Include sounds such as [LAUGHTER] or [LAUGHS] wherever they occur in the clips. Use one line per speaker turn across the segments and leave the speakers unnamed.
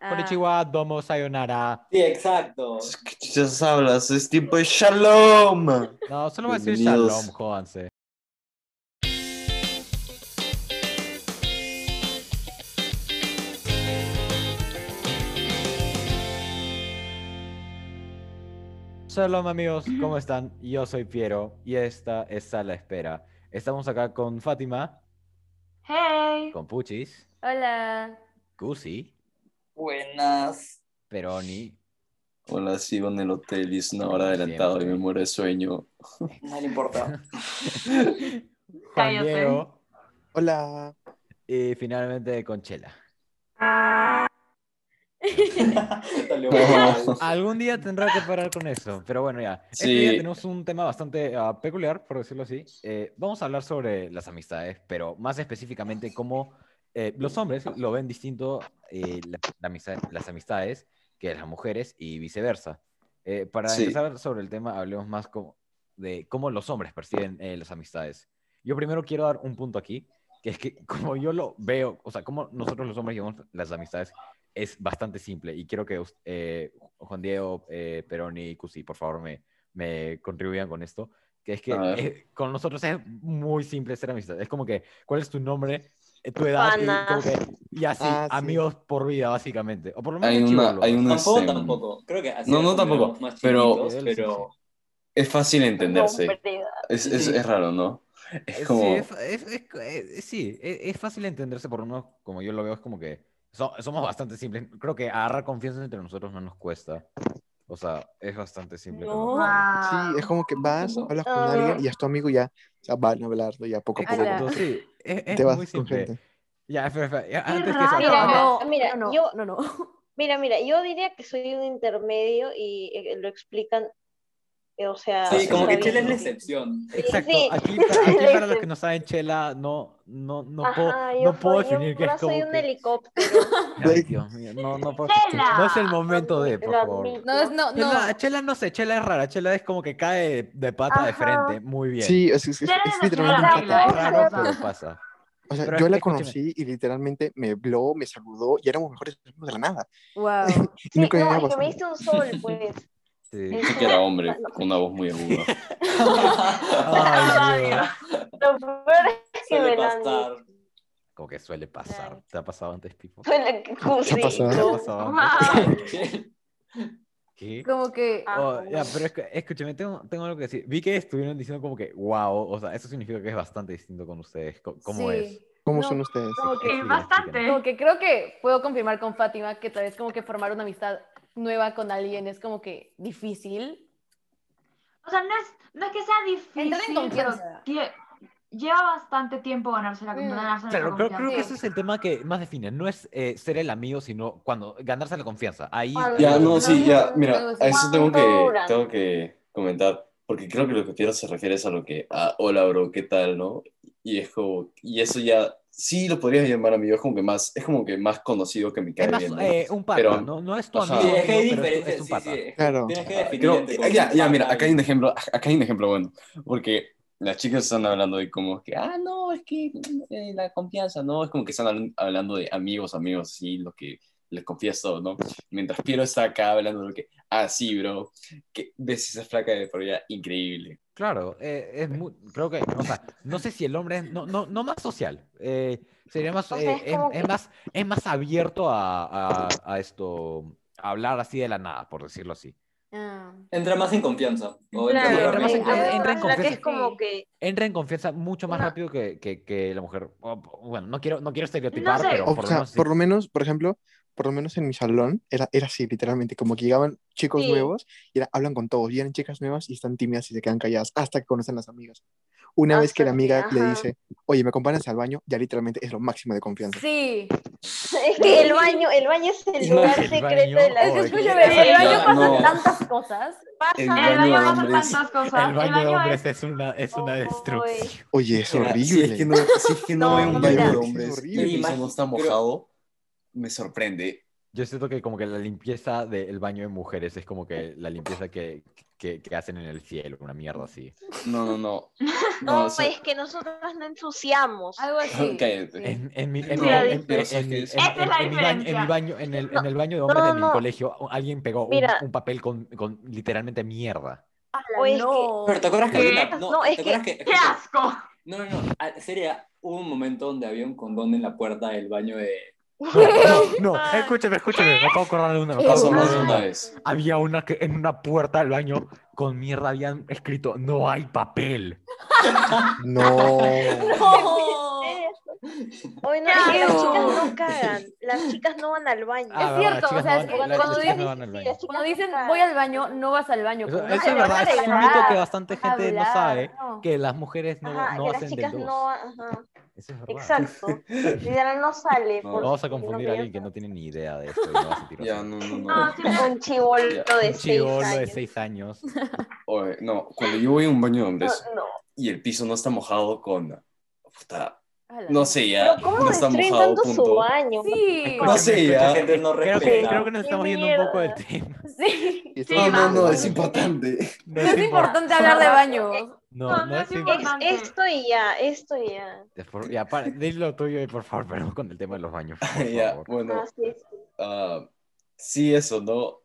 Ah,
Konnichiwa, domo, sayonara.
Sí, exacto.
Es que tú ya hablas, es tiempo de shalom.
No, solo voy a decir
Bienvenidos.
shalom, jódanse. Shalom amigos, ¿cómo están? Yo soy Piero y esta es Sala Espera. Estamos acá con Fátima,
Hey.
con Puchis,
Hola.
Gusi,
Buenas.
Peroni.
Hola, sigo en el hotel y es una hora
Como
adelantado y
siempre.
me muero de sueño.
No
[LAUGHS]
le importa. [LAUGHS]
Juan
Cállate.
Diego
Hola.
y finalmente con Chela.
Dale, bueno.
Algún día tendrá que parar con eso, pero bueno, ya. Este
Sí.
día tenemos un tema bastante ah, peculiar, por decirlo así. Eh, vamos a hablar sobre las amistades, pero más específicamente cómo eh, los hombres lo ven distinto eh, la- la amistad- las amistades que las mujeres y viceversa. Eh, para
Sí.
empezar sobre el tema, hablemos más como- de cómo los hombres perciben eh, las amistades. Yo primero quiero dar un punto aquí, que es que [LAUGHS] como yo lo veo, o sea, como nosotros los hombres llevamos las amistades, es bastante simple y quiero que us- eh, Juan Diego, eh, Peroni y Cusi, por favor, me, me contribuyan con esto, que es que
A ver.
eh, con nosotros es muy simple ser amistad. Es como que, ¿cuál es tu nombre? eh, Tu edad y,
Pana.
como que- y así,
Ah, sí.
amigos por vida, básicamente. O por lo menos
Hay
en
una,
Chivolo.
hay una
tampoco,
este,
tampoco. Creo que así
No, no,
cuando
tampoco,
éramos más
pero-
chiquitos,
Sí, sí,
pero
Es
[LAUGHS]
fácil entenderse.
Hombre.
Es, es,
Sí.
es raro, ¿no? Es
Eh,
como.
Sí, es, es- es- eh, sí, es- es fácil entenderse por uno, como yo lo veo, es como que so- somos bastante simples. Creo que agarrar confianza entre nosotros no nos cuesta. O sea, es bastante simple. con
No.
nosotros.
Sí, es como que vas,
Hola.
hablas con
Ah.
alguien y es tu amigo y ya. O sea, van a hablarlo ya poco a poco.
Ala.
Exacto, sí. Es, es
Te vas
muy
con
simple.
gente.
Ya, espera, espera, ya, Antes que
raro.
se
Mira,
acabe-
no,
Ah,
mira,
no, no,
yo,
no, no.
mira, mira, yo diría que soy un intermedio y eh, lo explican, eh, o sea,
sí,
sí,
como que
está
Chile es
[LAUGHS]
bien.
la excepción. [LAUGHS]
Exacto.
sí.
Aquí, para, aquí para
[LAUGHS]
los que no saben, Chela, no, no, no puedo,
Ajá,
no
yo
puedo
soy- yo
definir qué es
no soy
como
un
que-
helicóptero.
Ay, Dios mío, no, no puedo-
Chela.
No es el momento de, por
Lo
favor.
admito.
No es no, no.
Chela, Chela no sé, Chela es rara, Chela es como que cae de pata de
Ajá.
frente, muy bien.
Sí, es, es- es-
Ya
es
la
literalmente
señora
Raro,
un
Chela.
chato.
raro, pero pasa.
O sea,
Pero
yo la
escúchame.
conocí y literalmente me habló, me saludó y éramos mejores amigos de la nada.
Wow.
Y
Sí, [LAUGHS]
nunca
no,
había
es que
pasado.
me diste un sol, pues.
Sí.
Pensé que era hombre, con una voz muy aguda.
Ay, Dios.
[LAUGHS] Lo peor es que
Suele
me la han dicho.
pasar.
Como que suele pasar. ¿Te ha pasado antes, Pipo?
Fue la
¿Qué
que
ha pasado?
¿Te ha
cusí.
Ah,
pasado antes?
Wow.
¿Qué?
Como que
Ah,
Oh, ya,
bueno.
pero es que- escúchame, tengo, tengo algo que decir. Vi que estuvieron diciendo como que, wow, o sea, eso significa que es bastante distinto con ustedes. Co- ¿Cómo
sí.
es?
¿Cómo
No,
son ustedes?
Como que,
Sí,
como que creo que puedo confirmar con Fátima que tal vez como que formar una amistad nueva con alguien es como que difícil.
O sea, no es, no es que sea difícil,
Entrar en
pero
confianza.
tie- lleva bastante tiempo ganarse la,
Mm.
ganarse la
Claro, creo, creo que
confianza.
ese es el tema que más define. No es eh, ser el amigo, sino cuando ganarse la confianza. Ahí.
Cuando-
Ya, no, sí, ya,
Algo
mira,
así.
a eso tengo
¿Cuánto
que,
duran?
tengo que comentar, porque creo que lo que quiero se refiere es a lo que, a, hola, bro, ¿qué tal, no? Y es como, y eso ya, sí lo podrías llamar amigo, es como que más, es como que más conocido que mi
es
cae
más,
bien, ¿no?
eh, un pata.
Pero-
no, Ah, no es tu
Ajá.
amigo,
Sí, es que hay
amigo, pero es,
diferencias.
es un
Sí,
pata.
sí.
Claro.
Tienes que
Creo-
definir entre
eh, ya, ya,
comillas,
mira, acá hay un
alguien.
ejemplo, acá hay un ejemplo bueno, porque las chicas están hablando de como que, ah, no, es que eh, la confianza, no, es como que están hablan- hablando de amigos, amigos, sí, lo que les confieso, ¿no? Mientras Piero está acá hablando de lo que, ah, sí, bro, que ves esa flaca de por allá, increíble.
Claro, eh, es muy, creo que, o sea, no sé si el hombre es, no, no, no más social, eh, sería más,
O sea,
eh,
es
es,
como
es
que-
más, es más abierto a, a- a esto, a hablar así de la nada, por decirlo así.
Ah.
Entra más en confianza. o entra
Claro,
más
Entra
porque
más en-
rápido.
a mí me
entra en
pasa que
confianza.
es como que
[LAUGHS] Entra en confianza mucho más
Una-
rápido que, que- que la mujer. O- Bueno, no quiero, no quiero estereotipar,
sé.
pero
O
por lo
sea,
menos sí.
por lo menos, por ejemplo, por lo menos en mi salón era, era así, literalmente, como que llegaban chicos
Sí.
nuevos y era- hablan con todos, vienen chicas nuevas y están tímidas y se quedan calladas hasta que conocen las amigas. Una vez que la
Hasta que,
amiga le
ajá.
dice, oye, ¿me acompañas al baño? Ya literalmente es lo máximo de confianza.
Sí.
Es que el baño, el baño es el
El
lugar
baño,
secreto de la
oh,
Es que
Oye,
escúchame, en el baño
no.
pasan tantas cosas.
El
El
baño
baño
de
pasa
hombres.
tantas cosas.
El baño de hombres
es...
es una, es una
Oy.
destrucción.
Oye, es
Mira,
horrible.
Si es que no, si es que no,
No,
veo un
mira.
baño de
Es
hombres,
horrible.
el piso no está
Pero-
mojado, me sorprende.
[LAUGHS] Yo siento que como que la limpieza del baño de mujeres es como que la limpieza que, que, que hacen en el cielo, una mierda así.
No, no, no.
No,
o sea,
es que nosotras no ensuciamos.
Algo así.
[LAUGHS] Cállate.
pues, Sí.
En, en mi, en,
No,
mi- en-
pero
en-
sabes
en-
que
en-
es-
Esa es la
en mi baño, en mi
diferencia.
baño, en el, en el baño de
no,
hombres de mi
no.
colegio, alguien pegó un,
Mira.
un papel con, con literalmente mierda.
[LAUGHS] O es
no.
Pero ¿te acuerdas que...
¿Qué?
había una- No,
No, es
¿te acuerdas que...
¡Qué asco!
No, no, no. ah, Sería hubo un momento donde había un condón en la puerta del baño [LAUGHS] de...
No, no, escúcheme, escúcheme, me acabo de acordar de una. me acabo de
Pasó
acordar
más
de
de
una.
una vez.
Había una que en una puerta del baño con mierda habían escrito no hay papel.
[LAUGHS]
No.
No.
[LAUGHS]
Hoy no,
¡Qué
es que las
asco!
chicas
[LAUGHS]
no cagan. Las chicas no van al baño.
Ah,
es
verdad,
cierto,
las chicas
o sea,
no van- la- las
es que cuando
chicas
dices-
no van al baño.
Sí, las
Cuando
chicas
dicen
no cagan.
voy al baño, no vas al baño.
Eso,
como,
eso
"Ay,
es
vas
verdad,
a
es un mito
regar".
que bastante gente no
Hablar,
sabe,
no.
que las mujeres no,
Ajá,
no
que las
hacen del
chicas
dos.
no, ajá,
Eso es verdad.
[LAUGHS] exacto. Literal no sale.
No,
por-
Vamos a confundir a alguien que
piensa.
no tiene ni idea de esto y no va a sentir
Ya,
razón.
no, no, no.
Ah.
Ah,
No, siempre-
Un chibolito de
Un
seis
chivolo
años.
de seis años.
Oye, no, cuando yo voy a un baño de
No,
hombres
no.
y el piso no está mojado con. puta,
Ala,
no sé, ya.
Pero ¿cómo
no está
destruyen
mojado,
tanto su
punto.
baño?
Sí,
No sé,
Escúchame,
ya.
La gente no
Creo
respeta.
que, creo que nos
Qué
estamos yendo un poco del
mierda.
[LAUGHS]
tema.
sí.
Sí,
No, no, no,
vamos.
es importante.
No
Es importante hablar de baños.
No,
No,
no
no
es
es
importante.
importante.
Es- esto y ya, esto y ya.
Por- Ya, para, di lo tuyo y por favor, [LAUGHS] pero con el tema de los baños. Por
[LAUGHS] ya,
favor.
bueno.
Ah, sí, sí.
ah, sí, eso, ¿no?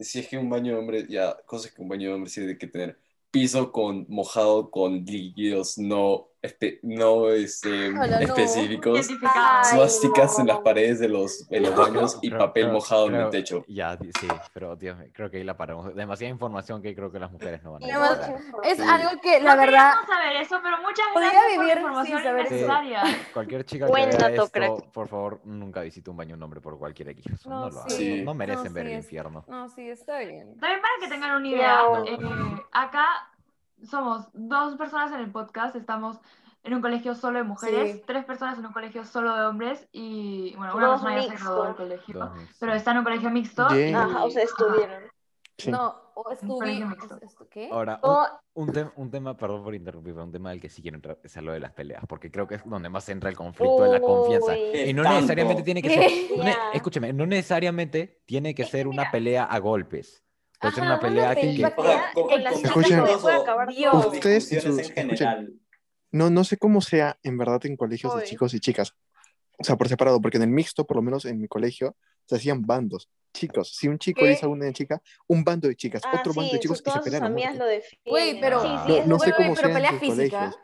Si es que un baño de hombres, ya, cosas que un baño de hombres tiene que tener. Piso con mojado con líquidos no, espe- no este,
Hola, no.
específicos.
Identificado.
Ah, Ay,
Suásticas en
no.
las paredes de los, de los baños y
Pero-
papel
pero-
mojado en
pero-
el techo.
Ya, di- sí, pero Dios mío, creo que ahí la paramos. Demasiada información que creo que las mujeres no van a
Y
Además,
necesitar.
Es
Sí.
algo que la verdad
No queríamos saber eso, pero muchas
Podría
gracias por
vivir
la información
sin saber
eso.
innecesaria.
Cualquier chica que
Buen
vea
dato,
esto,
crack.
por favor, nunca visite un baño de un hombre por cualquier X razón. No,
No,
lo
sí.
hagan. No, no
Sí.
merecen
No,
ver
sí,
el
es-
infierno.
No, sí, está bien.
También para que tengan una idea,
No.
eh, acá somos dos personas en el podcast, estamos en un colegio solo de mujeres,
Sí.
tres personas en un colegio solo de hombres y, bueno, una
Dos
persona ya se graduó del
mixtos.
colegio,
Entonces,
pero está en un colegio mixto.
Bien.
y-
Ajá, o sea, estuvieron.
Sí.
No, o estuvi...
colegio mixto.
estu- ¿Qué?
Ahora, un-
Todo-
un, tem- un tema, perdón por interrumpir, pero un tema del que sí quiero entrar es a lo de las peleas, porque creo que es donde más entra el conflicto de la confianza.
Uy.
Y no
Tanto.
necesariamente tiene
[LAUGHS]
que ser. no ne-
Ya.
escúchame, no necesariamente tiene que ser una pelea a golpes. Puede ser
Ajá,
una pelea
una
que- que-
pelea
O sea, con-
En las
con
chicas
Escuchen.
no puede acabar
Dios.
todo.
Las
Ustedes y
discusiones
sus-
en general.
No, no sé cómo sea en verdad en colegios de
Oy.
chicos y chicas. O sea, por separado, porque en el mixto, por lo menos en mi colegio, se hacían bandos. Chicos, si un chico
¿Qué?
hizo a una chica, un bando de chicas,
Ah,
otro bando
sí,
de chicos
su-
y se
todas sus
pelearon.
amigas lo defienden.
Güey, pero...
Sí, sí,
No,
es
no sé
verdad.
cómo
Güey,
sea
pero
en
pelea
tus
física.
colegios.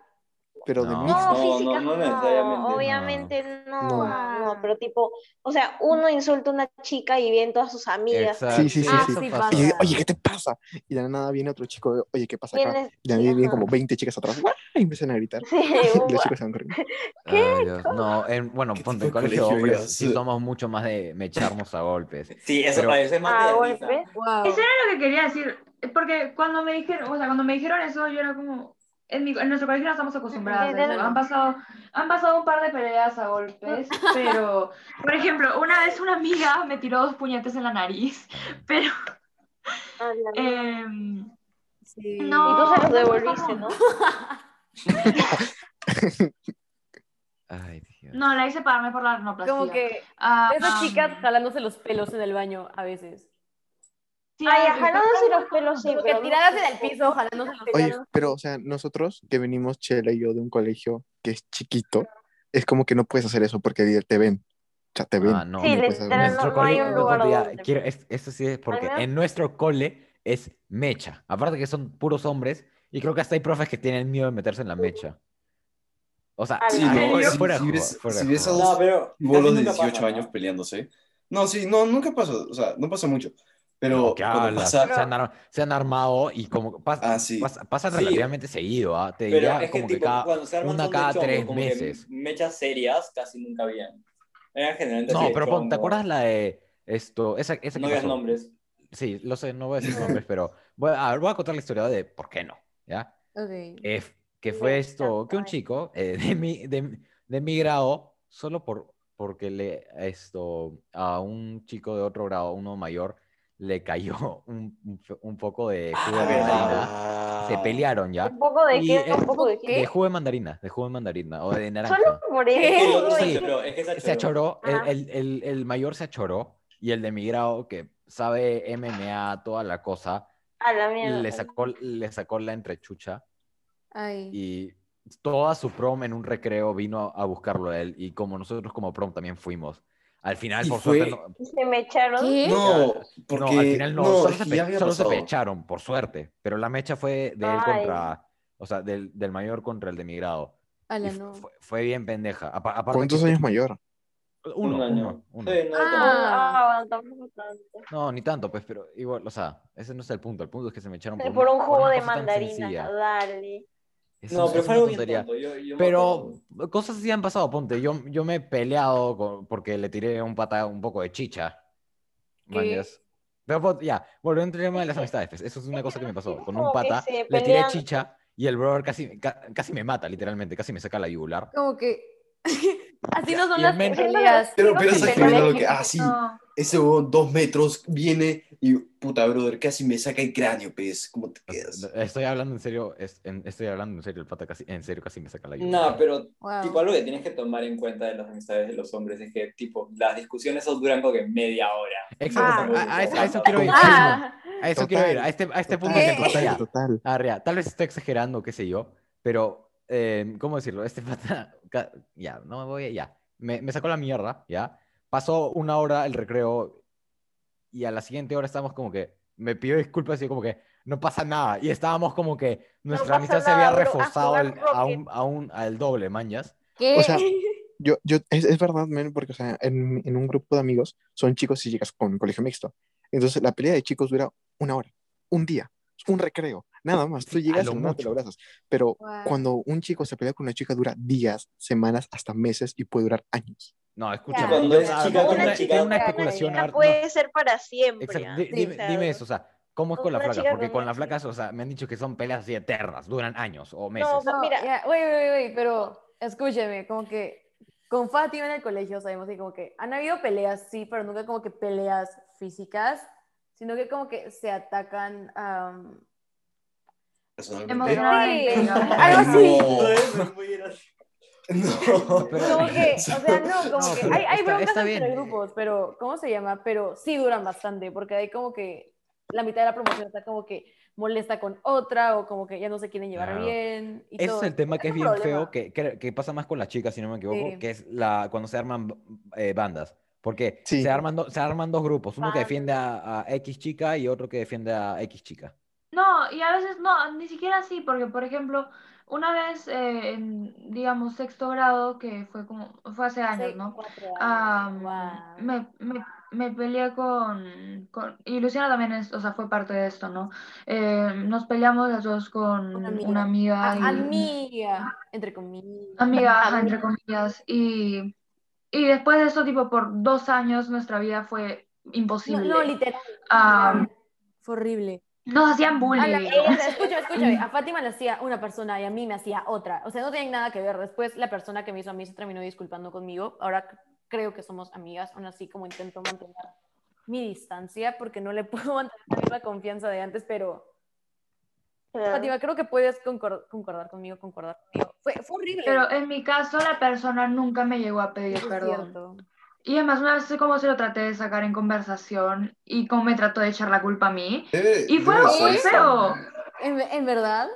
Pero de
No.
mixto,
No,
No, no,
física
no
no,
necesariamente.
obviamente no.
No.
no, pero tipo, o sea, uno insulta a una chica y bien todas sus amigas.
Exacto.
Sí, sí, sí,
Ah,
sí.
eso
Sí,
pasa.
pasa.
Y yo, oye, ¿qué te pasa? Y de la nada viene otro chico, oye, ¿qué pasa acá?
Vienes-
Y de ahí vienen
ajá.
como 20 chicas atrás, ¡guau! y empiezan a gritar.
[LAUGHS]
[LAUGHS] Y
Sí,
los
guau.
chicos se van
[LAUGHS]
corriendo.
Ay, Ah, Dios. No, en- bueno,
¿Qué
ponte en
tipo de
colegio de
colegio
hombres,
es?
sí somos mucho más de mecharnos a golpes.
Sí, eso
Pero-
parece más de
Ah,
risa.
golpe.
Wow.
Eso era lo que quería decir, porque cuando me dijeron, o sea, cuando me dijeron eso, yo era como, en, mi- en nuestro colegio no estamos acostumbrados, a eso. han pasado, han pasado un par de peleas a golpes, pero, por ejemplo, una vez una amiga me tiró dos puñetes en la nariz, [LAUGHS] pero,
Ah, la-
eh,
Sí.
No.
Y tú se los devolviste, ¿no?
Ay, Dios.
no, la hice pararme por la rinoplastia.
Como que
Ah,
esas chicas
ah,
jalándose los pelos en el baño a veces.
sí,
Ay,
sí,
ajá, no sé los pelos, sí,
Como que
pero no-
tiradas en el piso, jalándose los
Oye,
pelos.
pero, o sea, nosotros que venimos, Chela y yo, de un colegio que es chiquito, es como que no puedes hacer eso porque te ven. O sea, te ven.
Ah, no.
Sí,
no pues,
mi-
puedes hacer
literal,
nada.
nuestro
no- no hay
colegio
un
no
lugar
podía-
donde.
quiero- es- esto sí es porque
Ajá.
en nuestro cole es mecha. Aparte que son puros hombres y creo que hasta hay profes que tienen miedo de meterse en la mecha. O sea,
Sí,
ah,
no,
fuera-
si-
fuera
si
de
ves-
joda, fuera
si
de
ves a
joda.
dos-
No, pero
Bolos de
nunca
18
pasa, ¿no?
años peleándose. No, sí, no, nunca pasó. O sea, no pasa mucho. Pero
No, ¿qué
cuando
hablas?
pasa.
"Ah, se, han, ar- se han armado y como pas-
Ah, sí.
pas- pasan
Sí.
relativamente seguido, ¿ah? te
Pero
diría
es que
como que
tipo,
cada
cuando se arman
una
son de
cada
chongo,
tres
como que
meses.
Mechas serias casi nunca habían. Eran generalmente así
No,
de
pero pon, ¿te
chongo.
acuerdas la de esto? Esa, esa que
No digas
pasó?
nombres.
Sí, lo sé, no voy a decir
[LAUGHS]
nombres, pero voy a, a ver, voy a contar la historia de por qué no, ¿ya?
Ok.
Eh, que
Me
fue esto, que un
encanta.
chico eh, de, mi, de, de mi grado, solo por, porque le, esto, a un chico de otro grado, uno mayor, le cayó [LAUGHS] un, un, un poco de jugo de mandarina.
Ah.
Se pelearon ya.
Un poco de
Y
qué,
es-
un poco de qué.
De jugo de mandarina, de jugo de mandarina o de naranja.
Solo por
Es que el
eso.
otro se
Sí.
achoró, es que se
Se
achoró.
achoró,
Ah.
el, el- el- el mayor se achoró y el de mi grado que sabe MMA, toda la cosa,
A la mierda.
le sacó, le sacó la entrechucha
Ay.
y toda su prom en un recreo vino a, a buscarlo a él y como nosotros como prom también fuimos. Al final,
Y
por
fue-
suerte, no,
Y se me echaron.
¿Qué?
No,
no,
porque.
al final no,
no,
solo,
es
se,
que
pe-
ya había
solo se
pasado.
pecharon, por suerte, pero la mecha fue de él
Ay.
contra, o sea, del, del mayor contra el de mi grado. Y
Ala,
fu-
no.
fue, fue bien pendeja. Apa- aparte
¿Cuántos
que-
años mayor?
Uno,
Un año.
uno, uno.
Sí, no,
Ah.
Ah, bueno, tampoco tanto.
No, ni tanto, pues, pero igual, o sea, ese no es el punto. El punto es que se me echaron
Por,
una-
un jugo
una
de
cosa tan
mandarina,
sencilla.
dale.
Es
no,
un-
pero
es una
fue algo bien
tontería.
tonto, yo- yo me
Pero
acuerdo.
cosas así han pasado, ponte. Yo, yo me he peleado con- porque le tiré un pata un poco de chicha.
¿Qué?
Mañas. Pero pon- ya, volviendo al tema de las amistades, pues, eso es una cosa que me pasó. Con un
Como que
pata
se
le tiré
pelean.
chicha y el brother casi, ca- casi me mata, literalmente, casi me saca la yugular.
Como que. [LAUGHS] Así no son
Y
las
el men-
peleas.
Pero-
Creo
pero
que
esa es
pelear
primero
es
que- ah, sí.
No.
Ese huevón, dos metros, viene y puta, brother, casi me saca el cráneo, pez. ¿Cómo te quedas?
Estoy hablando en serio, es- en- estoy hablando en serio, el pata casi, en serio casi me saca la yugular.
No, pero
Wow.
tipo, algo que tienes que tomar en cuenta de las amistades de los hombres es que, tipo, las discusiones esas duran como que media hora.
Exacto,
Ah.
a, a eso, a eso quiero ir.
Ah,
A eso
Total,
quiero ir, a este, a este punto
total,
que
total,
total,
total.
Arrea, tal vez estoy exagerando, qué sé yo, pero, eh, ¿cómo decirlo? Este pata, [LAUGHS] ca- ya, no me voy, ya. Me, me sacó la mierda, ya. Pasó una hora el recreo y a la siguiente hora estábamos como que, me pidió disculpas y yo como que, no pasa nada. Y estábamos como que nuestra
pasa
amistad se
nada,
había
bro, a
reforzado
jugar
al- a
Rocket.
un, a un- al doble, mañas.
¿Qué?
O sea, Yo, yo, es, es verdad, men, porque o sea, en, en un grupo de amigos son chicos y chicas con colegio mixto. Entonces la pelea de chicos dura una hora, un día, un recreo, nada más. Tú llegas
lo
y no te
mucho.
lo abrazas. Pero
Guau.
cuando un chico se pelea con una chica dura días, semanas, hasta meses y puede durar años.
No, escucha.
Cuando
yo
es
estaba-
chica con
una-
una chica,
tengo una
una
especulación.
chica
ahora- no,
puede ser para siempre.
Exacto.
¿ah?
Di- Dime,
O sea,
dime eso, o sea, ¿cómo es con la
una
flaca?
chica
Porque
con
con
una
las
chica.
flacas, o sea, me han dicho que son peleas así eternas, duran años o meses.
No, pues
No,
Mira.
ya, Wait, wait, wait, pero escúcheme, como que con Fátima en el colegio sabemos que como que han habido peleas, sí, pero nunca como que peleas físicas, sino que como que se atacan am,
Personalmente.
sí,
Emocionalmente.
algo así.
Oh.
[LAUGHS]
No.
Pero-
Como que, o
[LAUGHS]
sea,
[LAUGHS]
no, como
No,
que
pero
hay, hay
está-
broncas
está
entre
bien.
grupos, pero ¿cómo se llama? Pero sí duran bastante, porque hay como que la mitad de la promoción está como que molesta con otra o como que ya no se quieren llevar
Claro.
bien. Y
Ese
todo.
es el tema que es
un
bien
problema.
feo, que, que, que pasa más con las chicas, si no me equivoco,
Sí.
que es la, cuando se arman eh, bandas. Porque
Sí.
se, arman do- se arman dos grupos, uno que
Bandas.
defiende a, a X chica y otro que defiende a X chica.
No, y a veces no, ni siquiera así, porque por ejemplo, una vez eh, en, digamos, sexto grado, que fue como, fue hace años,
Sí,
¿no?
cuatro años.
Am,
Wow.
Ah, me, me, me peleé con, con- y Luciana también es, o sea, fue parte de esto, ¿no? Eh, nos peleamos las dos con
Una
una amiga,
amiga. A-
y,
Ah, amiga, entre comillas. [LAUGHS]
amiga, ajá, entre comillas, y, y después de eso, tipo, por dos años nuestra vida fue
No,
imposible.
no, literal.
Am,
Fue horrible.
nos hacían
A la-
bullying.
ella- escúchame, escúchame. [LAUGHS] A Fátima le hacía una persona y a mí me hacía otra. O sea, no tenían nada que ver. Después, la persona que me hizo a mí se terminó disculpando conmigo. Ahora c- creo que somos amigas. Aún así, como intento mantener mi distancia porque no le [LAUGHS] puedo mantener la misma confianza de antes, pero.
Claro.
Fátima, creo que puedes concor- concordar conmigo, concordar conmigo. Fue, fue horrible.
Pero en mi caso, la persona nunca me llegó a pedir
Es
perdón.
cierto.
Y además, una vez como se lo traté de sacar en conversación y cómo me trató de echar la culpa a mí. Y fue algo muy feo.
¿En, en verdad?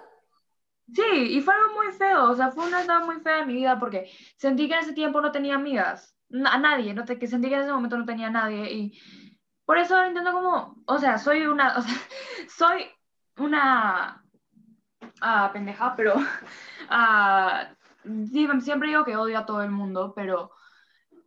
Sí, y fue algo muy feo. O sea, fue una etapa muy fea de mi vida porque sentí que en ese tiempo no tenía amigas. n- A nadie. No te, que sentí que en ese momento no tenía a nadie. Y por eso ahora intento como. O sea, soy una. [LAUGHS] O sea, soy una. Ah, pendeja, pero. [LAUGHS] ah, sí, siempre digo que odio a todo el mundo, pero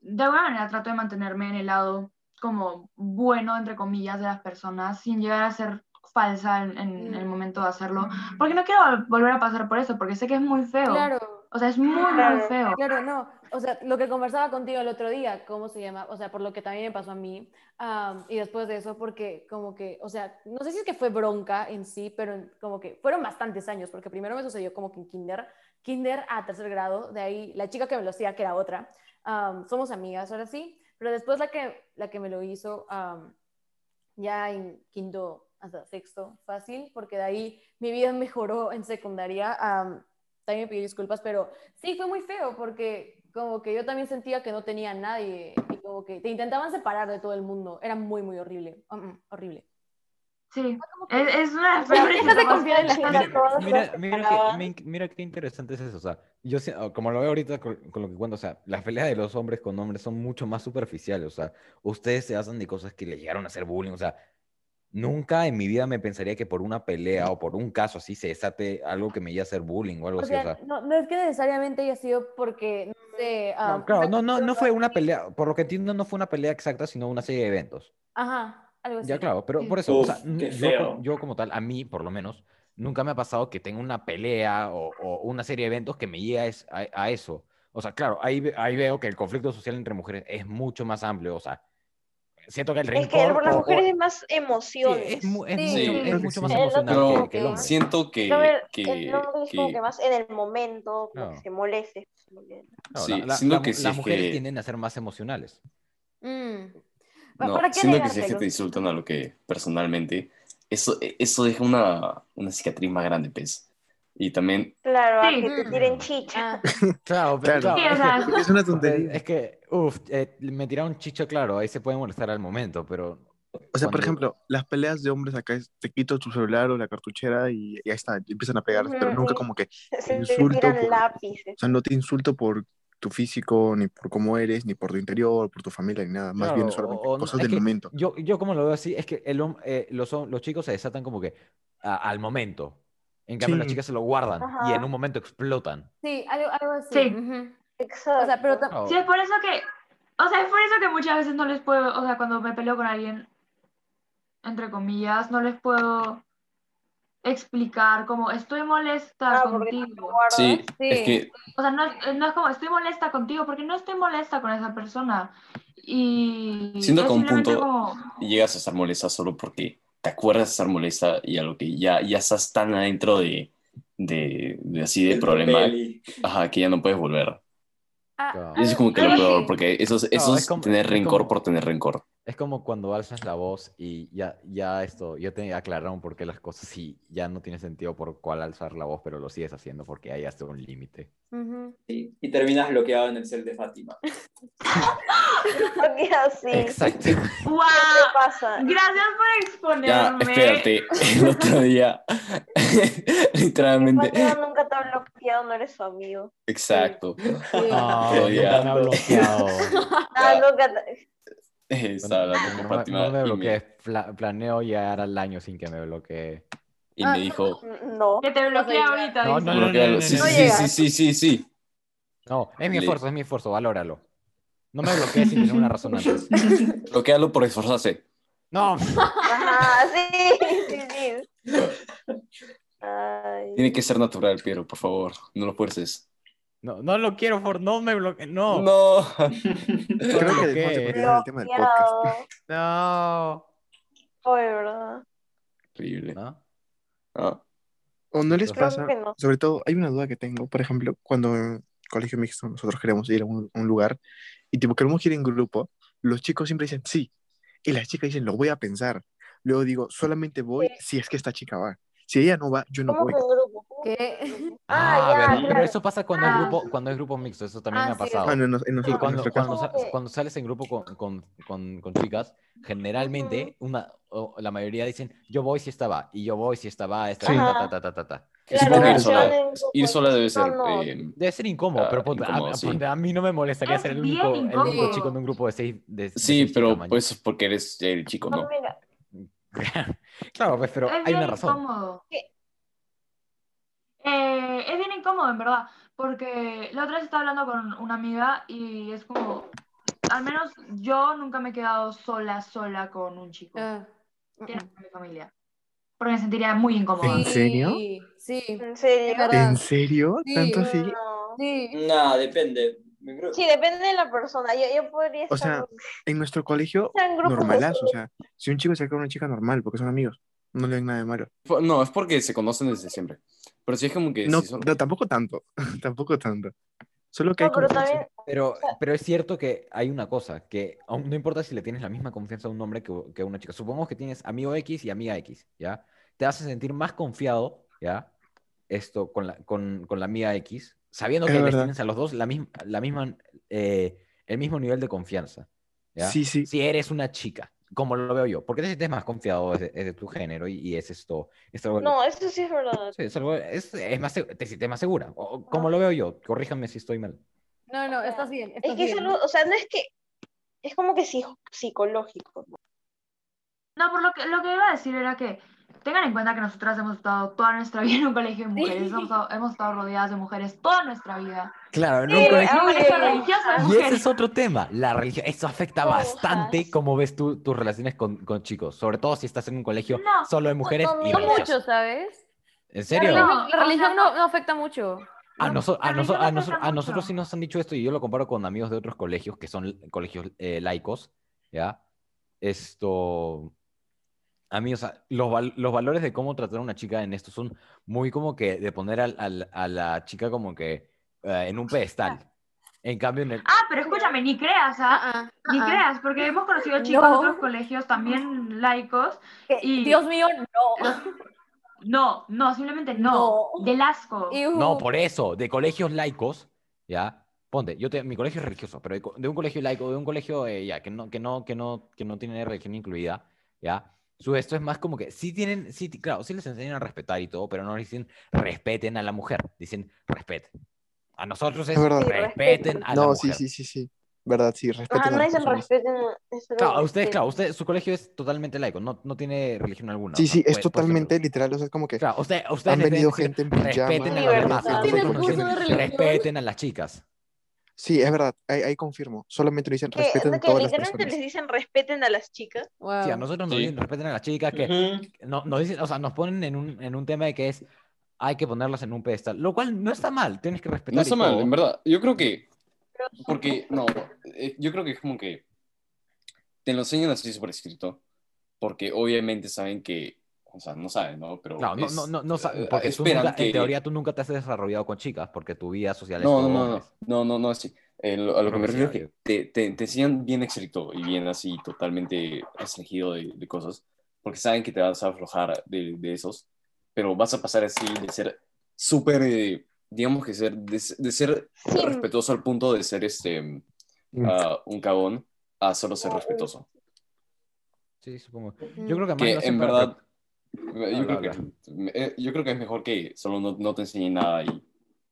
de alguna manera trato de mantenerme en el lado como bueno, entre comillas, de las personas, sin llegar a ser falsa en, en el
Mm.
momento de hacerlo. Porque no quiero vol- volver a pasar por eso, porque sé que es muy feo.
Claro.
O sea, es muy, muy
Claro.
feo.
Claro, no. O sea, lo que conversaba contigo el otro día, ¿cómo se llama? O sea, por lo que también me pasó a mí. am, y después de eso, porque como que, o sea, no sé si es que fue bronca en sí, pero en- como que fueron bastantes años, porque primero me sucedió como que en kinder, kinder a tercer grado, de ahí la chica que me lo hacía, que era otra, am, somos amigas, ahora sí, pero después la que, la que me lo hizo am, ya en quinto hasta sexto, fácil, porque de ahí mi vida [LAUGHS] mejoró en secundaria. am, también me pidió disculpas, pero Sí, fue muy feo porque como que yo también sentía que no tenía a nadie y como que te intentaban separar de todo el mundo. Era muy, muy horrible. Mm, mm, horrible.
Sí, es, es una
sea, dejas de
cosas-
confiar en la
Mira,
gente.
Mira,
todos
mira,
los que
mira
ganaban.
qué, men- mira qué interesante es eso. O sea, yo si- o como lo veo ahorita con, con lo que cuento, o sea, las peleas de los hombres con hombres son mucho más superficiales. O sea, ustedes se hacen de cosas que les llegaron a hacer bullying. O sea, nunca en mi vida me pensaría que por una pelea o por un caso así se desate algo que me llegue a hacer bullying o algo
O
así. o
sea,
sea,
no, no es que necesariamente haya sido porque, no sé, ah,
no, claro, no, no, no fue una pelea, por lo que entiendo, no fue una pelea exacta, sino una serie de eventos.
Ajá, algo así.
Ya, claro, pero
Sí.
por eso, o
Uf,
sea, n-
qué
yo,
feo.
co- yo como tal, a mí por lo menos, nunca me ha pasado que tenga una pelea o, o una serie de eventos que me lleve a, es- a- a eso. O sea, claro, ahí, ve- ahí veo que el conflicto social entre mujeres es mucho más amplio, o sea, siento que el
Es
rencor...
que por las
o- o-
mujeres es más
sí,
emociones.
es, mu- es
Sí,
mucho,
sí.
es
Creo que
mucho
sí.
más
El otro
emocional
es
que-
Pero
como
que el
que-
hombre.
siento que,
No, el,
que,
el hombre es como
que-
que más en el momento, como
Claro.
que se moleste.
Claro,
sí,
la- la-
siento
la-
que si
las
es
mujeres
que-
tienden a ser más emocionales.
Mm.
no,
¿Para qué
siento que si es que
negárselo?
te insultan a lo que personalmente, eso, e, eso deja una, una cicatriz más grande, pues. Y también,
Claro, a
Sí.
que te tiren chicha.
Ah,
Claro, pero
pero-
Sí, o
claro, es
Claro.
sea,
que-
[LAUGHS]
Es una
Eh,
tontería.
Es que, uff, me tiraron chicho, claro, ahí se puede molestar al momento, pero
O sea,
cuando-
por ejemplo, las peleas de hombres acá es, te quito tu celular o la cartuchera y ya está, y empiezan a pegar, pero
Ujú,
nunca
sí.
como que,
[LAUGHS] Se te
Insulto
tiran
por-
lápices.
o sea, no te insulto por tu físico, ni por cómo eres, ni por tu interior, por tu familia, ni nada, más
Claro,
bien es solamente
o- o no-
cosas
es
del
que
momento.
Yo, yo como lo veo así, es que el, hom- eh, los, hom- los chicos se desatan como que a- al momento. En cambio,
Sí.
las chicas se lo guardan y
Ajá.
en un momento explotan.
sí, algo, algo así.
Sí.
ujú.
Exacto.
O sea, pero
Oh,
tam-
Claro,
Sí, es por eso que, o sea, es por eso que muchas veces no les puedo, o sea, cuando me peleo con alguien, entre comillas, no les puedo explicar como estoy molesta
Ah, porque te lo
contigo.
guardas.
sí,
Sí.
es que
O sea, no es, no es como estoy molesta contigo, porque no estoy molesta con esa persona. Y
Siento
es
que un
simplemente
punto-
como,
llegas a estar molesta solo porque te acuerdas de estar molesta y a lo que ya, ya estás tan adentro de, de, de así de
El
problema
peli.
ajá, que ya no puedes volver.
Ah,
Claro.
Eso es como que lo
algo
peor,
así.
porque eso es, eso
No,
es
es como-
tener
es
rencor
como-
por tener rencor.
Es como cuando alzas la voz y ya, ya esto, ya te aclararon por qué las cosas y ya no tiene sentido por cuál alzar la voz, pero lo sigues haciendo porque hay hasta un límite.
Ujú.
Sí, y terminas bloqueado en el cel de Fátima.
Porque así.
[LAUGHS] Exacto.
¿Qué
¡guau!
pasa?
Gracias por exponerme.
Ya, espérate, [LAUGHS] el otro día, [LAUGHS] literalmente,
Mateo nunca te ha bloqueado, no eres su amigo.
exacto,
Sí.
No,
ya.
me ha bloqueado.
Ah,
Ya.
nunca te-
[LAUGHS] estaba hablando con
No, me-
Fátima
no me
y, me,
bloquees. Pla- planeo llegar al año sin que me bloquee.
y
Ah,
me dijo,
No.
Que te bloquea
No,
ahorita.
no,
dice.
no,
bloquealo, sí,
no,
no
sí,
llega.
sí, sí, sí, sí,
No, es mi
Le-
esfuerzo, es mi esfuerzo, valóralo. No me bloquees sin tener una razón antes.
bloquealo por esforzarse.
No,
Ajá, [LAUGHS] sí, sí, sí. Ay.
Tiene que ser natural, Piero, por favor, no lo fuerces.
no, no lo quiero, for, no me bloquees, no. No.
No.
[LAUGHS] ¿por
Creo que dejamos de
qué?
pelear el tema del podcast.
Bloqueado. Ay, verdad.
Horrible.
¿No?
Ah,
¿O no les
Creo
pasa?
que no.
Sobre todo, hay una duda que tengo. Por ejemplo, cuando en colegio mixto nosotros queremos ir a un, un lugar y tipo queremos ir en grupo, los chicos siempre dicen sí y las chicas dicen lo voy a pensar. Luego digo, solamente voy si es que esta chica va. Si ella no va, yo no
¿Cómo
voy.
que un grupo? ¿Cómo que
¿Qué?
un grupo?
Ah,
Ah, ya,
¿verdad? Pero
claro.
eso pasa cuando hay
Ah.
grupo, cuando hay grupos mixtos, eso también
Ah,
me ha
sí, es
pasado.
Ah, no, no, en
Sí,
nosotros- en
cuando,
nuestro
cuando,
caso.
sa-
Ok.
cuando sales en grupo con, con, con, con chicas, generalmente una, o la mayoría dicen, yo voy si esta va, y yo voy si esta va, esta
Sí.
ta, ta,
Ajá.
ta, ta, ta, ta.
Claro,
supongo que ir
se van
sola,
en grupo.
ir sola debe ser.
No, no.
eh,
Debe ser incómodo,
Ah,
pero ponte- a-
incómodo,
a,
sí.
ponte, a mí no me molestaría
Es
ser el
bien
único, el único
incómodo.
chico de un grupo de seis. De, de
sí,
seis
pero
chicas, man.
pues porque eres el chico,
Ah,
¿no?
mira,
claro, pues, pero
Es
hay
bien
una razón.
incómodo.
¿Qué?
Eh, es bien incómodo, en verdad, porque la otra vez estaba hablando con una amiga y es como, al menos yo nunca me he quedado sola, sola con un chico,
Ah,
que
mm,
no es mi familia, porque me sentiría muy incómoda.
¿En
mm.
serio?
Sí, sí.
en serio.
Es verdad.
¿En serio?
Sí.
¿Tanto así?
No.
Sí.
Nada, depende. Mi grupo-
Sí, depende de la persona. Yo, yo podría
O
estar
sea, En nuestro colegio,
estar en grupos.
normalazo. O sea, si un chico se acerca a una chica normal, porque son amigos, no le ven nada de malo.
Fue- No, es porque se conocen desde siempre. Pero sí es como que.
No,
sí son-
no, tampoco tanto. [LAUGHS] tampoco tanto. Solo que hay
No, pero
confianza.
también
Pero, pero es cierto que hay una cosa, que aún no importa si le tienes la misma confianza a un hombre que, que a una chica. Supongamos que tienes amigo X y amiga X, ¿ya? Te hace sentir más confiado, ¿ya? Esto con la, con, con la amiga X, sabiendo
Es
que les
verdad.
tienes a los dos la misma, la misma, eh, el mismo nivel de confianza. ¿ya?
Sí, sí.
Si eres una chica, como lo veo yo, porque te sientes más confiado es de, es de tu género y, y es esto. Es algo-
No, eso sí es verdad.
sí, es, algo- es- es más, seg- te sientes más segura, o- o como lo veo yo. Corríjame si estoy mal.
No, no, estás bien.
Es
estás
que es
bien.
algo, o sea, no es que, es como que psico- psicológico.
No, por lo que, lo que iba a decir era que tengan en cuenta que nosotras hemos estado toda nuestra vida en un colegio de mujeres, hemos estado, hemos estado rodeadas de mujeres toda nuestra vida.
Claro,
Sí, nunca es-
En un colegio
oye.
religioso de
Y
mujeres.
ese es otro tema, la religión. Eso afecta
Ojas.
bastante cómo ves tú, tus relaciones con, con chicos, sobre todo si estás en un colegio
No,
solo de mujeres
no,
y
No
religiosas.
mucho, ¿sabes?
¿En
La
serio?
No,
religión, la
o
religión
sea,
no, no afecta mucho.
A,
no,
noso- a,
la
noso-
religión
a,
no
noso-
afecta
a nosotros
mucho.
sí nos han dicho esto y yo lo comparo con amigos de otros colegios que son colegios eh, laicos, ¿ya? Esto... Amigos, los, val- los valores de cómo tratar a una chica en esto son muy como que de poner al- al- a la chica como que eh, en un pedestal. En cambio, en el...
Ah, pero escúchame, ni creas, ¿ah?
Ah, ah,
Ni
ah, ah.
creas, porque hemos conocido chicos
No.
de otros colegios también laicos.
Que,
Y-
Dios mío, no.
No, no, simplemente no.
No.
Del asco.
Iu.
No, por eso, de colegios laicos, ¿ya? Ponte, yo te- mi colegio es religioso, pero de, co- de un colegio laico, de un colegio eh, ya, que no, que no, que no, que no tiene religión incluida, ¿ya? Su esto es más como que sí tienen, sí, ti- claro, sí les enseñan a respetar y todo, pero no les dicen respeten a la mujer, dicen respeten. A nosotros es,
Es verdad.
Sí,
respeten
respeten.
a la
No, sí,
mujer.
sí, sí, sí. Verdad, sí, respeto.
Ajá, no dicen respeten. a- este, eso no
Claro, a ustedes,
respetan.
claro, ustedes, su colegio es totalmente laico, no, no tiene religión alguna.
Sí,
o sea,
sí, es
puede- puede ser-
totalmente literal, o sea, es como que
Claro, a usted- a ustedes
han
les deben
venido
decir,
gente en
respeten a
pijama.
los
Libertad.
demás, y
Tiene
nosotros nos
curso
dicen,
de religión.
respeten a las chicas.
Sí, es verdad, ahí, ahí confirmo. Solamente lo dicen
Que,
respeten a
que
todas las
literalmente
personas.
les dicen respeten a las chicas.
Wow.
Sí, a nosotros nos
Sí.
dicen respeten a las chicas, que
Ujú.
no, nos dicen, o sea, nos ponen en un, en un tema de que es hay que ponerlas en un pedestal, lo cual no está mal, tienes que respetar.
No
y
está mal,
todo.
en verdad. Yo creo que. Porque, no, eh, yo creo que es como que. Te lo enseñan así por escrito. Porque obviamente saben que. O sea, no saben, ¿no? Pero.
Claro, no,
es-
no, no, no, sa-
eh,
porque tú
esperan
nunca- en
que-
teoría tú nunca te has desarrollado con chicas porque tu vida social es
No, no,
con
no, no,
hombres.
no, no, no, sí. Eh, lo- a lo que
Creo
me
que sí,
refiero es que
Darío.
te, te, te enseñan bien estricto y bien así, totalmente restringido de, de cosas, porque saben que te vas a aflojar de, de esos, pero vas a pasar así de ser súper, eh, digamos que ser, de, de ser
Sí.
respetuoso al punto de ser este, ah, un cagón, a solo ser respetuoso.
Sí, supongo.
Mm.
Yo creo que más
Que
lo hacen
en
para-
verdad,
Habla,
yo creo que, eh, yo creo que es mejor que solo no, no te enseñen nada y,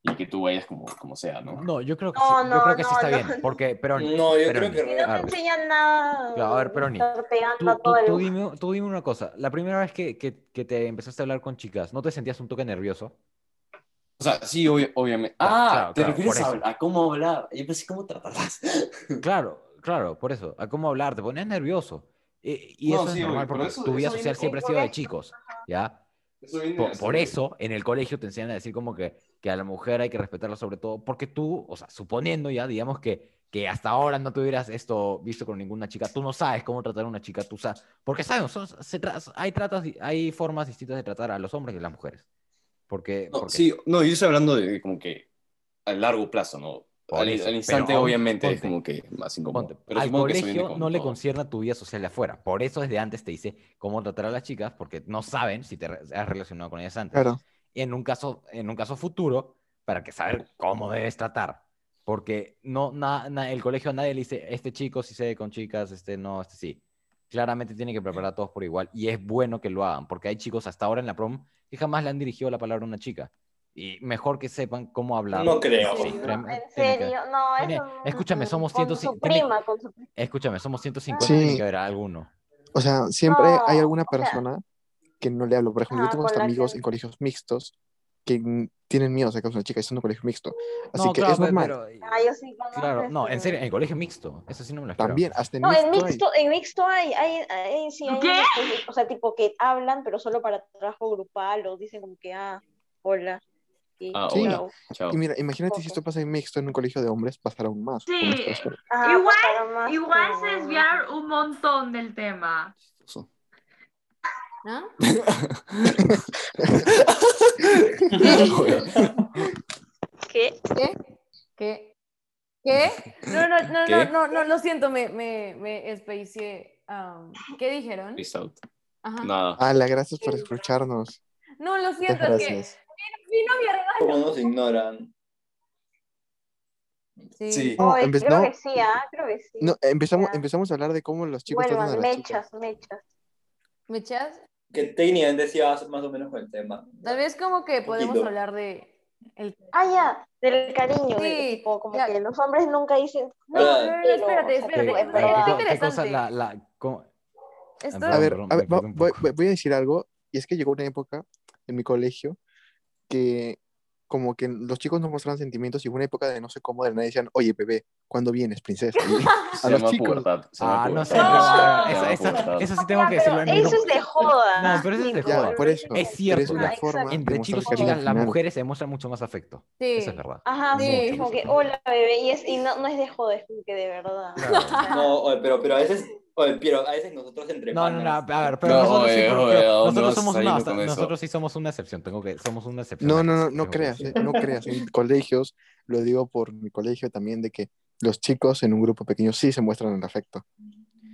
y que tú vayas como, como sea, ¿no?
No, yo creo que
No,
sí, yo
no,
creo que sí
no,
está
no.
bien, porque, pero
No, yo
Pero-
creo
Si
que...
no te
Claro.
enseñan nada.
Claro, ah, a ver, Peroni,
estar pegando
Tú,
a
tú-
todo el-
tú dime, tú dime una cosa, la primera vez que, que- que te empezaste a hablar con chicas, ¿no te sentías un toque nervioso?
O sea, sí, obvio- obviamente.
Claro,
ah,
claro,
te
claro,
refieres
por
a,
eso.
a cómo hablar. Yo pensé, ¿cómo tratarlas?
Claro, claro, por eso, a cómo hablar, te ponías nervioso. Y, y
No,
eso
sí,
es
obvio,
normal
pero
porque
eso-
tu vida
eso viene
social
con
siempre ha sido de chicos, ¿ya?
Eso viene
Por,
así.
por eso, en el colegio te enseñan a decir como que, que a la mujer hay que respetarla sobre todo, porque tú, o sea, suponiendo ya, digamos que, que hasta ahora no te hubieras esto visto con ninguna chica, tú no sabes cómo tratar a una chica, tú sabes, porque sabemos, son- se tra- hay, tratas, hay formas distintas de tratar a los hombres y a las mujeres. Porque,
No,
porque-
sí, no, yo estoy hablando de como que a largo plazo, ¿no?
Por
Al,
eso,
al instante,
pero aún-
obviamente, es
ponte,
como que más incómodo.
Ponte,
Pero
al
supongo que eso viene
colegio
con
no le
todo.
concierna tu vida social de afuera. Por eso desde antes te dice cómo tratar a las chicas, porque no saben si te re- has relacionado con ellas antes.
Claro.
Y en un caso, en un caso futuro, para que saber cómo debes tratar. Porque no, na- na- el colegio a nadie le dice, este chico sí se ve con chicas, este no, este sí. Claramente tiene que preparar a todos por igual. Y es bueno que lo hagan, porque hay chicos hasta ahora en la prom que jamás le han dirigido la palabra a una chica. Y mejor que sepan cómo hablar.
No creo.
Sí,
No,
créeme,
en
tiene que-
serio, no,
tiene-
eso no.
escúchame, somos
Con
105
su
tiene-
prima, con su prima.
Escúchame, somos 150,
Sí.
tiene que haber alguno.
O sea, siempre hay
No,
alguna
o sea-
persona que no le hablo. Por ejemplo, yo
Ajá,
tengo hasta
con la
amigos
que-
en colegios mixtos que mm, tienen miedo a sacar una chica y son de colegio mixto. Así
No,
que
claro,
es
pe-
normal.
pero-
Ah, yo sí conozco
claro, no, en
este-
serio, en el colegio mixto, eso sí no me lo espero.
También, hasta en
No, en
mixto hay.
mixto, en mixto hay, hay, hay- sí, hay
¿Qué?
mixtos, o sea, tipo que hablan, pero solo para trabajo grupal, o dicen como que, ah, hola. y
Ah,
Sí.
hola.
chao.
Chao.
Y mira, imagínate si
Poco.
esto pasa en mixto en un colegio de hombres, pasará aún más.
Sí.
con esto, espero.
Ajá,
Igual-
pasaron más
Igual
como-
se desviaron un montón del tema.
Eso.
¿No?
Joder.
¿Qué?
¿Qué? ¿Qué? ¿Qué? No, no, no,
¿Qué?
no, no, no, lo siento, me, me, me especié. um, ¿Qué dijeron?
Peace out.
Ajá.
Ah.
No.
Nada.
Ala, gracias por escucharnos.
lo siento,
Muchas
es que
gracias.
vino mi hermano.
¿Cómo nos ignoran?
Sí.
Sí.
No,
Oye,
en vez-
creo
no.
que sí, ah, creo que sí.
No, empezamos,
Ya.
empezamos a hablar de cómo los chicos
bueno,
tratan a las chicas.
mechas, mechas.
¿Me echas?
Que técnicamente decía más o menos con el tema.
Tal vez como que podemos
Poquito.
hablar de... El...
Ah, ya, del cariño, del
Sí,
tipo, como
ya.
que los hombres nunca dicen.
No, no, no, no,
pero,
espérate,
o sea,
espérate.
Ok,
que-
es-
pero
es-
¿qué
está
co- qué cosa
interesante.
la- la- cómo-
Esto-
A ver,
Perdón,
a ver,
perdón,
va-
me
voy,
perdí un poco.
voy a decir algo, y es que llegó una época en mi colegio que como que los chicos nos mostraban sentimientos y hubo una época de no sé cómo, de la nada decían, oye, bebé, ¿cuándo vienes, princesa?
Se
A los
llama
chicos.
pubertad. se llama
Ah, no sé,
pubertad.
pero-
Se
esa-
llama
esa-
pubertad.
esa sí tengo
Ya,
que
pero
decirlo en mi
Eso es de joda.
No, pero eso es de
tipo,
[LAUGHS] joda.
Ya, por eso.
Es
Pero es
cierto.
una
Exacto.
forma de
Entre
mostrar
chicos y
cariño
chicas, las
emocional.
mujeres se muestran mucho más afecto.
Sí.
Eso es verdad.
Ajá,
Sí.
sí, como que, hola, bebé, y, es, y no, no es de joda, es como que de verdad. [LAUGHS]
No, oye, pero, pero a veces, oye, pero a veces nosotros entre
No, no, no, a
panas-
ver, pero
No,
nosotros, sí,
oye,
pero-
oye,
pero
¿a dónde
nosotros
vas
somos
a ir
una,
con eso?
nosotros sí somos una excepción, tengo que, somos una excepción.
No,
en
no, no,
eso,
no
tengo que
creas,
decir.
eh, no creas. En colegios, lo digo por mi colegio también, de que los chicos en un grupo pequeño sí se muestran el afecto.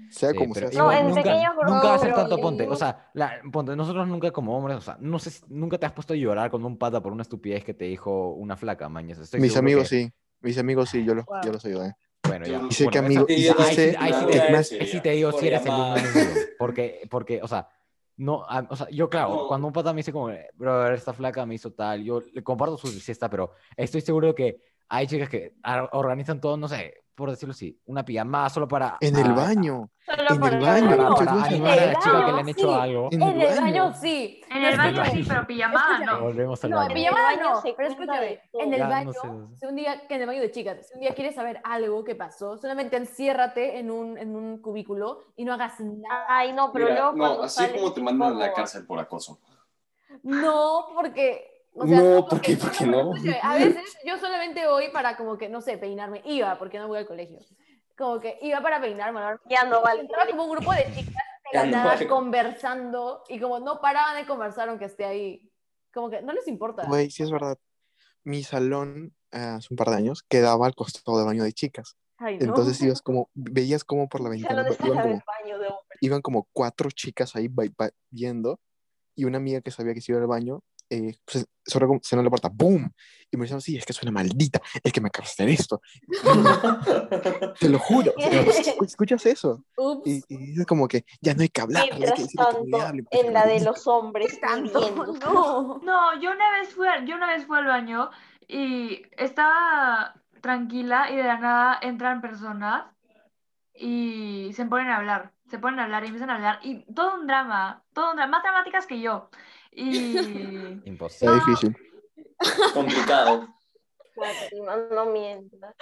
Sea
Sí,
como sea.
pero
sí.
No,
igual
en
nunca,
pequeños
nunca va a ser
grupos,
tanto
sí.
ponte. O sea, la- ponte, nosotros nunca como hombres, o sea, no sé, si- nunca te has puesto a llorar con un pata por una estupidez que te dijo una flaca, mañas. Estoy
Mis
seguro
amigos
que-
sí, mis amigos sí, yo los,
Wow.
yo los ayudé.
Bueno, ya.
Y sé que
Bueno,
amigo-
eso-
y
Sí,
ahí, sí-
sé-
ahí sí
es
te,
más-
ahí sí te digo si
Por
eres el
llamada.
número uno. Porque, porque, o sea, no, a- o sea, yo claro,
No.
cuando un pata me dice como, bro, esta flaca me hizo tal, yo le comparto su siesta, pero estoy seguro que hay chicas que ar- organizan todo, no sé, por decirlo así, una pijamada solo para...
En el
ah,
baño.
Solo
En el
para-
baño,
Para,
No,
para
no,
animar a
en
la
el
chica que
baño,
le han hecho
sí.
algo.
En
En el baño
baño.
sí.
En el
No,
baño
baño.
sí, pero pijamada no.
Volvemos al
No, en
baño.
pijamada
El baño se
no, pero
cuenta
escúchame,
de todo.
en el
Ya, no
baño,
sé.
si un día, que en el baño de chicas, si un día quieres saber algo que pasó, solamente enciérrate en un, en un cubículo y no hagas nada.
Ay, no, pero
Mira,
luego
no,
cuando
así es
sales,
como te mandan a la
incómodo.
cárcel por acoso.
No, porque... o sea,
No, ¿por qué? ¿Por qué no?
escúchame, A veces yo solamente voy para como que, no sé, peinarme, iba, porque no voy al colegio, como que iba para peinarme, ahora
Ya no vale.
Entraba como un grupo de chicas de
Ya [LAUGHS]
la
no
nada
hay-
conversando y como no paraban de conversar aunque esté ahí. Como que no les importa.
Güey, sí es verdad. Mi salón ah, hace un par de años quedaba al costado del baño de chicas.
Ay, no.
Entonces ibas como, veías como por la
[LAUGHS] Ya
ventana
no dejas
iban
el
como,
baño de hombre.
iban como cuatro chicas ahí va- va- yendo y una amiga que sabía que se iba al baño eh, se, sonó como- sonó la puerta, ¡boom! Y me dijeron, sí, es que es una maldita, es que me acabas de hacer esto. Te lo juro. O sea, escu- Escuchas eso
Ups.
y, y dices como que ya no hay que hablar, hay que pues,
Mientras
decirle que
tanto,
cuidarle, porque
en la de
es
los hombres,
Tanto,
viviendo.
[LAUGHS] [LAUGHS] no.
No, yo una vez fui, al- yo una vez fui al baño y estaba tranquila y de la nada entran personas y se ponen a hablar, se ponen a hablar y empiezan a hablar y todo un drama, todo un drama, más dramáticas que yo. Y
Está
Imposible.
difícil.
complicado.
No, no mientas.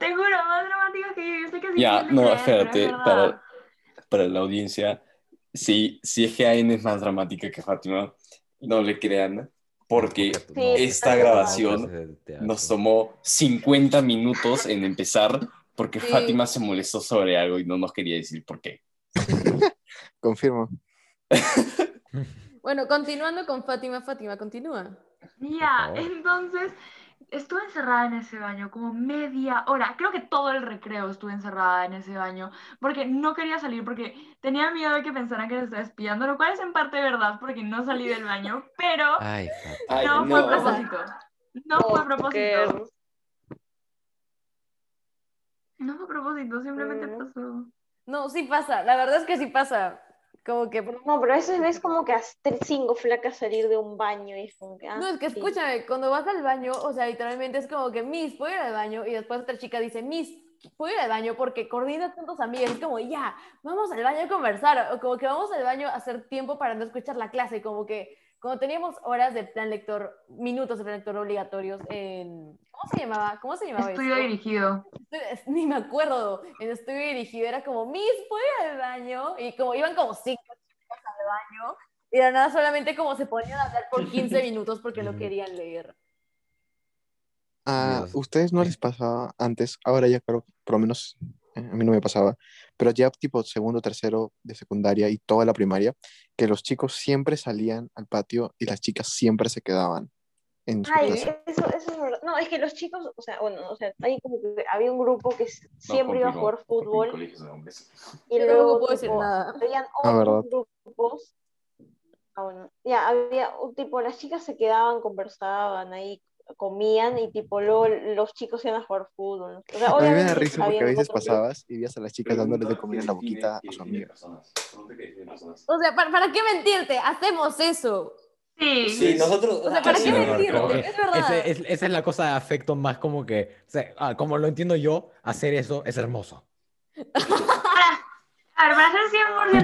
te juro, más dramáticas que yo, yo estoy casi
Ya,
diciendo
no,
que es, pero es
espérate,
verdad.
para, para la audiencia, si, si es que AN es más dramática que Fátima, no le crean, porque
No,
esta
no,
grabación
clases de teatro.
nos tomó 50 minutos en empezar porque
Sí.
Fátima se molestó sobre algo y no nos quería decir por qué.
Confirmo.
Bueno, continuando con Fátima, Fátima, continúa.
Ya,
favor.
entonces estuve encerrada en ese baño como media hora. Creo que todo el recreo estuve encerrada en ese baño porque no quería salir, porque tenía miedo de que pensaran que les estaba espiando, lo cual es en parte verdad porque no salí del baño, pero
Ay,
Ay,
no fue a
no.
propósito. No fue a propósito.
Porque-
No fue a propósito, simplemente
Mm.
pasó.
No, sí pasa, la verdad es que sí pasa. Como que...
No, pero a veces ves como que a tres- cinco flacas salir de un baño y es como que. ah,
No, es que
sí.
escúchame, cuando vas al baño, o sea, literalmente es como que, Miss, ¿puedo ir al baño? Y después otra chica dice, Miss, ¿puedo ir al baño? Porque coordinas con tus amigas. Es como, ya, vamos al baño a conversar. O como que vamos al baño a hacer tiempo para no escuchar la clase. Como que, cuando teníamos horas de plan lector, minutos de plan lector obligatorios en... ¿Cómo se llamaba? ¿Cómo se llamaba
Estudio
eso?
dirigido.
Estu- Ni me acuerdo. En estudio dirigido era como, Miss, ¿puedo ir al baño? Y como iban como cinco chicas al baño. Y de la nada solamente como se ponían a hablar
[LAUGHS]
por 15 minutos porque no querían leer.
A
Dios.
Ah, ustedes no les pasaba antes, ahora ya creo, por lo menos eh, a mí no me pasaba, pero ya tipo segundo, tercero de secundaria y toda la primaria, que los chicos siempre salían al patio y las chicas siempre se quedaban en su
Ay,
eh,
casa.
eso, eso es verdad. No, es que los chicos, o sea, bueno, o sea, hay como que había un grupo que s-
No,
siempre iba a
porque no,
jugar
porque mi
fútbol
colegio es de hombres.
y
Yo
luego
tampoco puedo decir
tipo,
nada.
habían
Ah,
otros grupos. ah, bueno, ya había un tipo, las chicas se quedaban, conversaban ahí, comían y tipo luego los chicos iban a jugar fútbol. O sea,
A mí me da
obviamente
risa porque a
habían
veces
otros-
pasabas y veías a las chicas dándoles de comer en la boquita a sus amigas.
O sea, ¿para, para qué mentirte? Hacemos eso.
Sí.
Sí, nosotros.
O sea, ¿para
sí,
qué
no,
Pero
mentirte?
como que
Es verdad.
ese- es- esa es la cosa de afecto más como que, o sea, ah, como lo entiendo yo, hacer eso es hermoso.
Ahora, a ver, para ser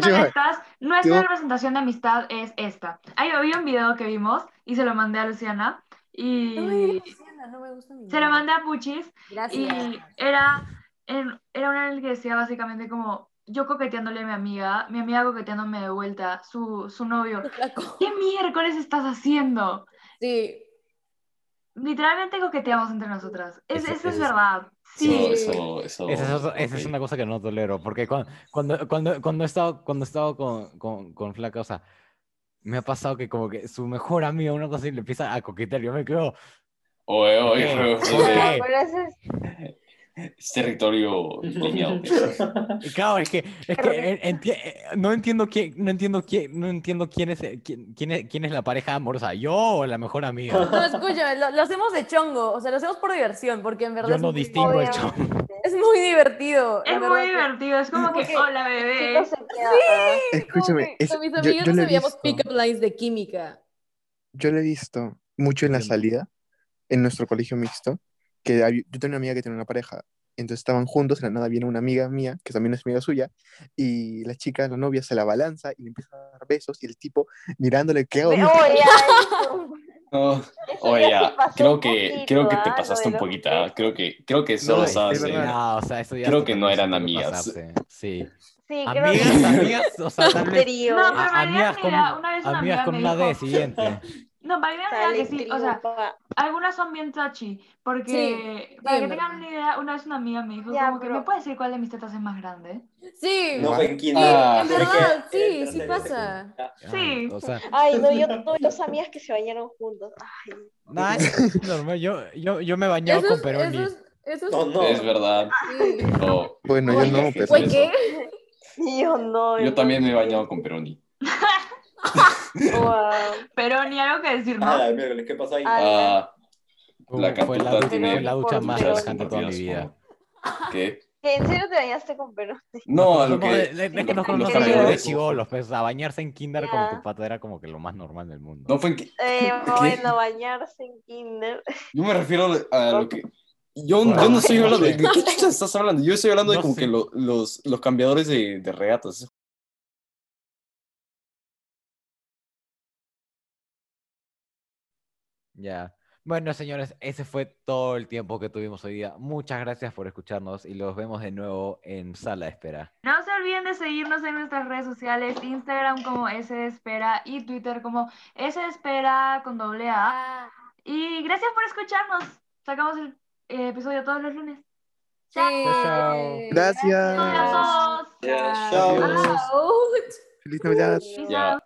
100%
Yo-
honestas, nuestra
yo-
representación de amistad es esta. Ahí había un video que vimos y se lo mandé a Luciana
No me digas,
y
Luciana, no me gusta mi
se lo mandé a Puchis y
Gracias.
era, en- era una en el que decía básicamente como yo coqueteándole a mi amiga, mi amiga coqueteándome de vuelta, su, su novio.
Flaco.
¿Qué miércoles estás haciendo?
Sí.
Literalmente coqueteamos entre nosotras. Es-
Eso-
Eso, es
eso-
verdad. Sí.
Eso, eso, eso,
Esa es, otra- esa es
ok.
una cosa que no tolero, porque cuando, cuando, cuando, cuando he estado, cuando he estado con, con, con Flaca, o sea, me ha pasado que como que su mejor amiga, una cosa así, le empieza a coquetear, yo me quedo,
Oye, oye,
Ok.
oye,
No,
oye,
pero eso es-
es territorio lineado.
y claro, es que, es que en- enti- eh, no entiendo quién, no entiendo quién, no entiendo quién es, eh, quién, quién es, quién es la pareja amorosa, yo o la mejor amiga.
No, escúchame, lo, lo hacemos de chongo, o sea, lo hacemos por diversión, porque en verdad
Yo
es
no
muy-
distingo el chongo.
Es muy divertido. la
Es
verdad.
muy divertido. Es como que,
Porque
hola bebé.
chicos se quedan-
[LAUGHS] Escúchame,
Como que
es-
con mis
yo,
amigos
yo
nos
lo he
veíamos
visto,
pick-up lines de química.
yo lo he visto mucho en la salida, en nuestro colegio mixto, que hab- yo tenía una amiga que tenía una pareja, entonces estaban juntos, de la nada viene una amiga mía, que también es amiga suya, y la chica, la novia, se la balanza y le empieza a dar besos, y el tipo mirándole, ¿qué hago?
Oye,
mija?".
eso-
No,
eso
oye,
ya se
ya,
pasó
creo
un
que,
poquito,
creo que
¿ah?
te
Lo
pasaste
de
un
los
poquito,
besos.
ah, creo que, creo que
No,
solo
es-
estabas
es
en-
verdad.
No, o sea, eso ya
eh. Creo
es
que no
otra cosa,
eran
tengo que
amigas.
pasarse, Sí.
Sí, creo que
Amigas, [LAUGHS] amigas, o sea, tal vez
serio.
No, pero
a-
María
amigas
me
con,
da- una vez una
amigas
amiga
con
me
una D
dijo-
siguiente.
No, para mí me da
Sale
que sí. O sea,
triunfa.
algunas son bien touchy. Porque,
Sí,
para
sí,
que tengan
en verdad.
una idea, una vez una amiga me dijo,
Ya,
como que,
pero-
¿me puedes decir cuál de mis tetas es más grande?
Sí,
No
What?
fue en
sí,
quinto.
Ah,
en
pero es
verdad,
Es que
sí,
era
sí
en
pasa.
tercero.
Sí.
Ah, O sea,
Ay, no, yo tuve dos amigas que se bañaron juntas. Ay,
nah, es normal, yo, yo, yo me bañaba
Eso
con
es, eso
Peroni.
es, eso es,
No, no.
Es verdad.
sí.
No,
Bueno, yo
Oye,
no,
¿qué
pero...
Güey, ¿qué?
Yo no.
yo también me he
entonces-
bañado con Peroni.
[LAUGHS] Wow.
Pero ni algo que decir, ¿no?
Ah, la miércoles, ¿qué pasó ahí?
Ah,
Ah,
Uh,
la
fue la,
catuta
du-
tiene
fue la ducha más
muchas
relajante de toda mi vida.
¿Qué?
¿Que ¿En serio te bañaste con Perón?
No, a lo
Como
que.
de- es que
lo-
nos
lo
conocemos
que me
amigos.
de
parece-
chivolos, pues a bañarse en kinder
Ya.
con tu pata era como que lo más normal del mundo.
No fue en que-
Eh,
¿Qué?
bueno, bañarse en kinder.
Yo me refiero a lo que. Yo, yo no estoy hablando de. ¿de ¿Qué chucha estás hablando? Yo estoy hablando de
No
como
sé.
que lo- los, los cambiadores de, de regatas.
Ya. Bueno, señores, ese fue todo el tiempo que tuvimos hoy día. Muchas gracias por escucharnos y los vemos de nuevo en Sala de Espera.
No se olviden de seguirnos en nuestras redes sociales, Instagram como S de Espera y Twitter como S de Espera con doble A. Y gracias por escucharnos. Sacamos el eh, episodio todos los lunes.
Sí.
Chao.
Gracias.
Adiós.
Gracias.
Chao.
[LAUGHS]
Adiós. Feliz Navidad.
Ya.